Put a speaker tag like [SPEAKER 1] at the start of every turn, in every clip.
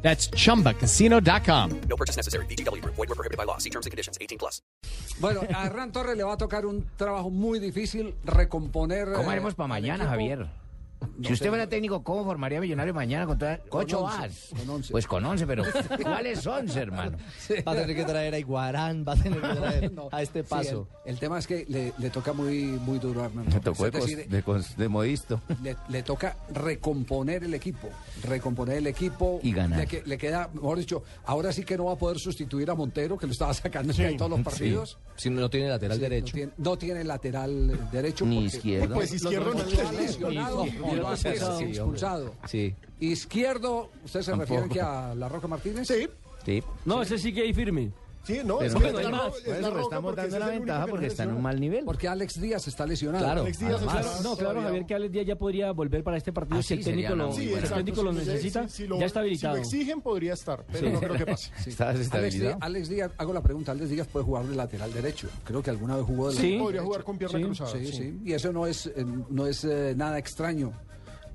[SPEAKER 1] That's chumbacasino.com.
[SPEAKER 2] No purchase necessary. BGW. Void were prohibited by law. See terms and conditions. 18 plus.
[SPEAKER 3] Bueno, a Hernán Torres le va a tocar un trabajo muy difícil, recomponer.
[SPEAKER 4] ¿Cómo
[SPEAKER 3] eh,
[SPEAKER 4] haremos para
[SPEAKER 3] al
[SPEAKER 4] mañana,
[SPEAKER 3] equipo.
[SPEAKER 4] Javier? si usted fuera técnico, ¿cómo formaría Millonarios mañana con todas ocho
[SPEAKER 3] once,
[SPEAKER 4] as?
[SPEAKER 3] con once.
[SPEAKER 4] Pues con once, pero ¿cuáles once, hermano?
[SPEAKER 5] Va a tener que traer a Iguarán, va a tener que
[SPEAKER 6] eh,
[SPEAKER 5] traer
[SPEAKER 3] No,
[SPEAKER 5] a este
[SPEAKER 3] sí,
[SPEAKER 5] paso.
[SPEAKER 3] el, el tema es que le, le toca muy, muy duro a Hernán
[SPEAKER 7] Me
[SPEAKER 3] Torres.
[SPEAKER 7] tocó de,
[SPEAKER 3] Es
[SPEAKER 7] cos-
[SPEAKER 3] decir,
[SPEAKER 7] de cos- de modisto.
[SPEAKER 3] le, le toca recomponer el equipo. Recomponer el equipo.
[SPEAKER 7] Y ganar.
[SPEAKER 3] Le, que- le queda, mejor dicho, ahora sí que no va a poder sustituir a Montero, que lo estaba sacando en todos los partidos.
[SPEAKER 6] Si no, no tiene lateral
[SPEAKER 3] Sí,
[SPEAKER 6] derecho.
[SPEAKER 3] No tiene, no tiene lateral derecho.
[SPEAKER 7] Ni
[SPEAKER 3] porque-
[SPEAKER 7] izquierdo. Pues
[SPEAKER 3] izquierdo no lesionado.
[SPEAKER 6] Izquierdo
[SPEAKER 3] Oliván
[SPEAKER 6] sí,
[SPEAKER 3] Pérez
[SPEAKER 6] sí,
[SPEAKER 3] expulsado.
[SPEAKER 6] Sí.
[SPEAKER 3] Izquierdo, ¿ustedes se
[SPEAKER 7] Tampoco.
[SPEAKER 3] refieren que a La Roca Martínez?
[SPEAKER 8] Sí,
[SPEAKER 7] Sí.
[SPEAKER 6] No, ese sí que ahí firme.
[SPEAKER 8] sí, no,
[SPEAKER 7] Pero
[SPEAKER 8] es
[SPEAKER 7] no
[SPEAKER 8] que
[SPEAKER 7] hay
[SPEAKER 8] la-
[SPEAKER 7] más.
[SPEAKER 8] es
[SPEAKER 7] Por
[SPEAKER 8] la
[SPEAKER 7] eso le
[SPEAKER 8] roca
[SPEAKER 7] estamos
[SPEAKER 8] porque
[SPEAKER 7] dando
[SPEAKER 8] es
[SPEAKER 7] la
[SPEAKER 8] el único
[SPEAKER 7] ventaja
[SPEAKER 8] que no
[SPEAKER 7] porque está en un
[SPEAKER 8] lesiona.
[SPEAKER 7] mal nivel.
[SPEAKER 3] Porque Alex Díaz está lesionado.
[SPEAKER 6] Claro.
[SPEAKER 8] Alex Díaz,
[SPEAKER 6] Además,
[SPEAKER 8] claro,
[SPEAKER 9] No, claro,
[SPEAKER 8] todavía
[SPEAKER 9] Javier, que Alex Díaz ya podría volver para este
[SPEAKER 7] Ah,
[SPEAKER 9] partido si
[SPEAKER 4] Así
[SPEAKER 9] el técnico
[SPEAKER 4] sería una
[SPEAKER 9] lo,
[SPEAKER 4] muy
[SPEAKER 8] Sí,
[SPEAKER 9] si el
[SPEAKER 4] buena
[SPEAKER 8] exacto.
[SPEAKER 9] técnico lo
[SPEAKER 8] Si- si-
[SPEAKER 9] necesita.
[SPEAKER 8] si lo-
[SPEAKER 9] ya está habilitado.
[SPEAKER 8] Si lo exigen, podría estar, pero
[SPEAKER 9] Sí.
[SPEAKER 8] no creo que pase.
[SPEAKER 7] Está
[SPEAKER 3] Alex Díaz,
[SPEAKER 7] desestabilizado.
[SPEAKER 3] Alex Díaz, hago la pregunta, Alex Díaz puede jugar de lateral derecho. Creo que alguna vez jugó de
[SPEAKER 9] Sí.
[SPEAKER 3] lateral
[SPEAKER 8] Podría
[SPEAKER 3] derecho.
[SPEAKER 8] jugar con pierna
[SPEAKER 9] Sí,
[SPEAKER 8] cruzada.
[SPEAKER 3] Sí, sí. Y eso no es, eh, no es eh, nada extraño.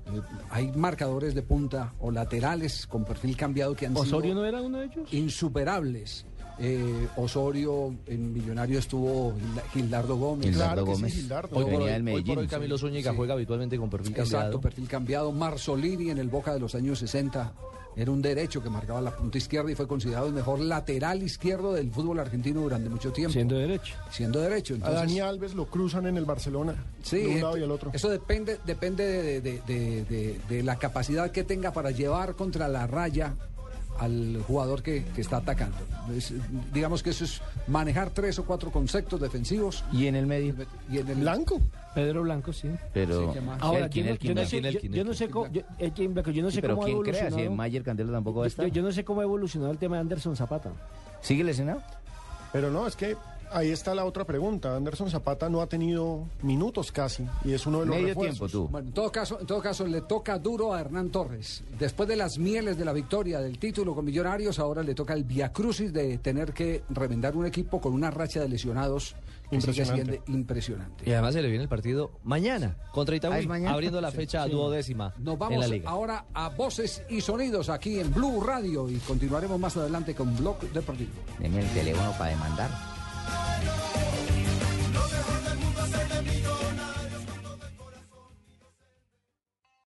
[SPEAKER 3] Eh, Hay marcadores de punta o laterales con perfil cambiado que han
[SPEAKER 9] ¿Osorio
[SPEAKER 3] sido
[SPEAKER 9] no era uno de ellos?
[SPEAKER 3] insuperables. Eh, Osorio en Millonario estuvo Gilda- Gildardo Gómez.
[SPEAKER 7] Gildardo
[SPEAKER 8] Claro que sí,
[SPEAKER 7] Gómez. Hoy
[SPEAKER 8] Gildardo. Hoy por
[SPEAKER 7] venía
[SPEAKER 8] hoy-
[SPEAKER 7] del
[SPEAKER 6] Hoy por hoy
[SPEAKER 7] Medellín.
[SPEAKER 6] Camilo Zúñiga
[SPEAKER 3] Sí.
[SPEAKER 6] juega habitualmente con perfil
[SPEAKER 3] Exacto,
[SPEAKER 6] cambiado.
[SPEAKER 3] perfil cambiado. Marzolini en el Boca de los años 60 era un derecho que marcaba la punta izquierda y fue considerado el mejor lateral izquierdo del fútbol argentino durante mucho tiempo.
[SPEAKER 9] Siendo derecho.
[SPEAKER 3] Siendo derecho.
[SPEAKER 8] A
[SPEAKER 3] Entonces,
[SPEAKER 8] Dani Alves lo cruzan en el Barcelona.
[SPEAKER 3] sí,
[SPEAKER 8] de un lado
[SPEAKER 3] ent-
[SPEAKER 8] y al otro.
[SPEAKER 3] Eso depende, depende de, de- de- de- de la capacidad que tenga para llevar contra la raya al jugador que, que está atacando. Es, digamos que eso es manejar tres o cuatro conceptos defensivos.
[SPEAKER 7] Y en el medio.
[SPEAKER 3] Y en el
[SPEAKER 8] Blanco.
[SPEAKER 9] Pedro Blanco, sí.
[SPEAKER 7] Pero.
[SPEAKER 3] Sí, ¿qué más?
[SPEAKER 9] Ahora,
[SPEAKER 7] Elkin,
[SPEAKER 9] yo no-
[SPEAKER 7] Elkin,
[SPEAKER 9] yo no
[SPEAKER 7] Elkin.
[SPEAKER 9] sé- yo- yo no sé cómo yo- Elkin Blanco, yo no
[SPEAKER 7] Sí,
[SPEAKER 9] sé
[SPEAKER 7] Pero
[SPEAKER 9] cómo ha
[SPEAKER 7] ¿quién crea si
[SPEAKER 9] evolucionado.
[SPEAKER 7] Mayer Candelo tampoco va a
[SPEAKER 9] Yo,
[SPEAKER 7] estar?
[SPEAKER 9] yo no sé cómo ha evolucionado el tema de Anderson Zapata.
[SPEAKER 7] ¿Sigue lesionado?
[SPEAKER 8] Pero no, es que ahí está la otra pregunta. Anderson Zapata no ha tenido minutos casi y es uno de los
[SPEAKER 7] Medio tiempo
[SPEAKER 8] refuerzos.
[SPEAKER 7] tú.
[SPEAKER 3] Bueno, en todo caso, en todo caso le toca duro a Hernán Torres. Después de las mieles de la victoria del título con Millonarios, ahora le toca el viacrucis de tener que remendar un equipo con una racha de lesionados que sigue
[SPEAKER 8] Impresionante.
[SPEAKER 3] siendo impresionante.
[SPEAKER 6] Y además se le viene el partido mañana contra Itagüí,
[SPEAKER 7] Ah, ¿es mañana?
[SPEAKER 6] abriendo la fecha duodécima
[SPEAKER 3] Nos
[SPEAKER 6] en
[SPEAKER 3] vamos
[SPEAKER 6] la liga.
[SPEAKER 3] ahora a voces y sonidos aquí en Blue Radio y continuaremos más adelante con Blog Deportivo.
[SPEAKER 7] Deme el teléfono para demandar.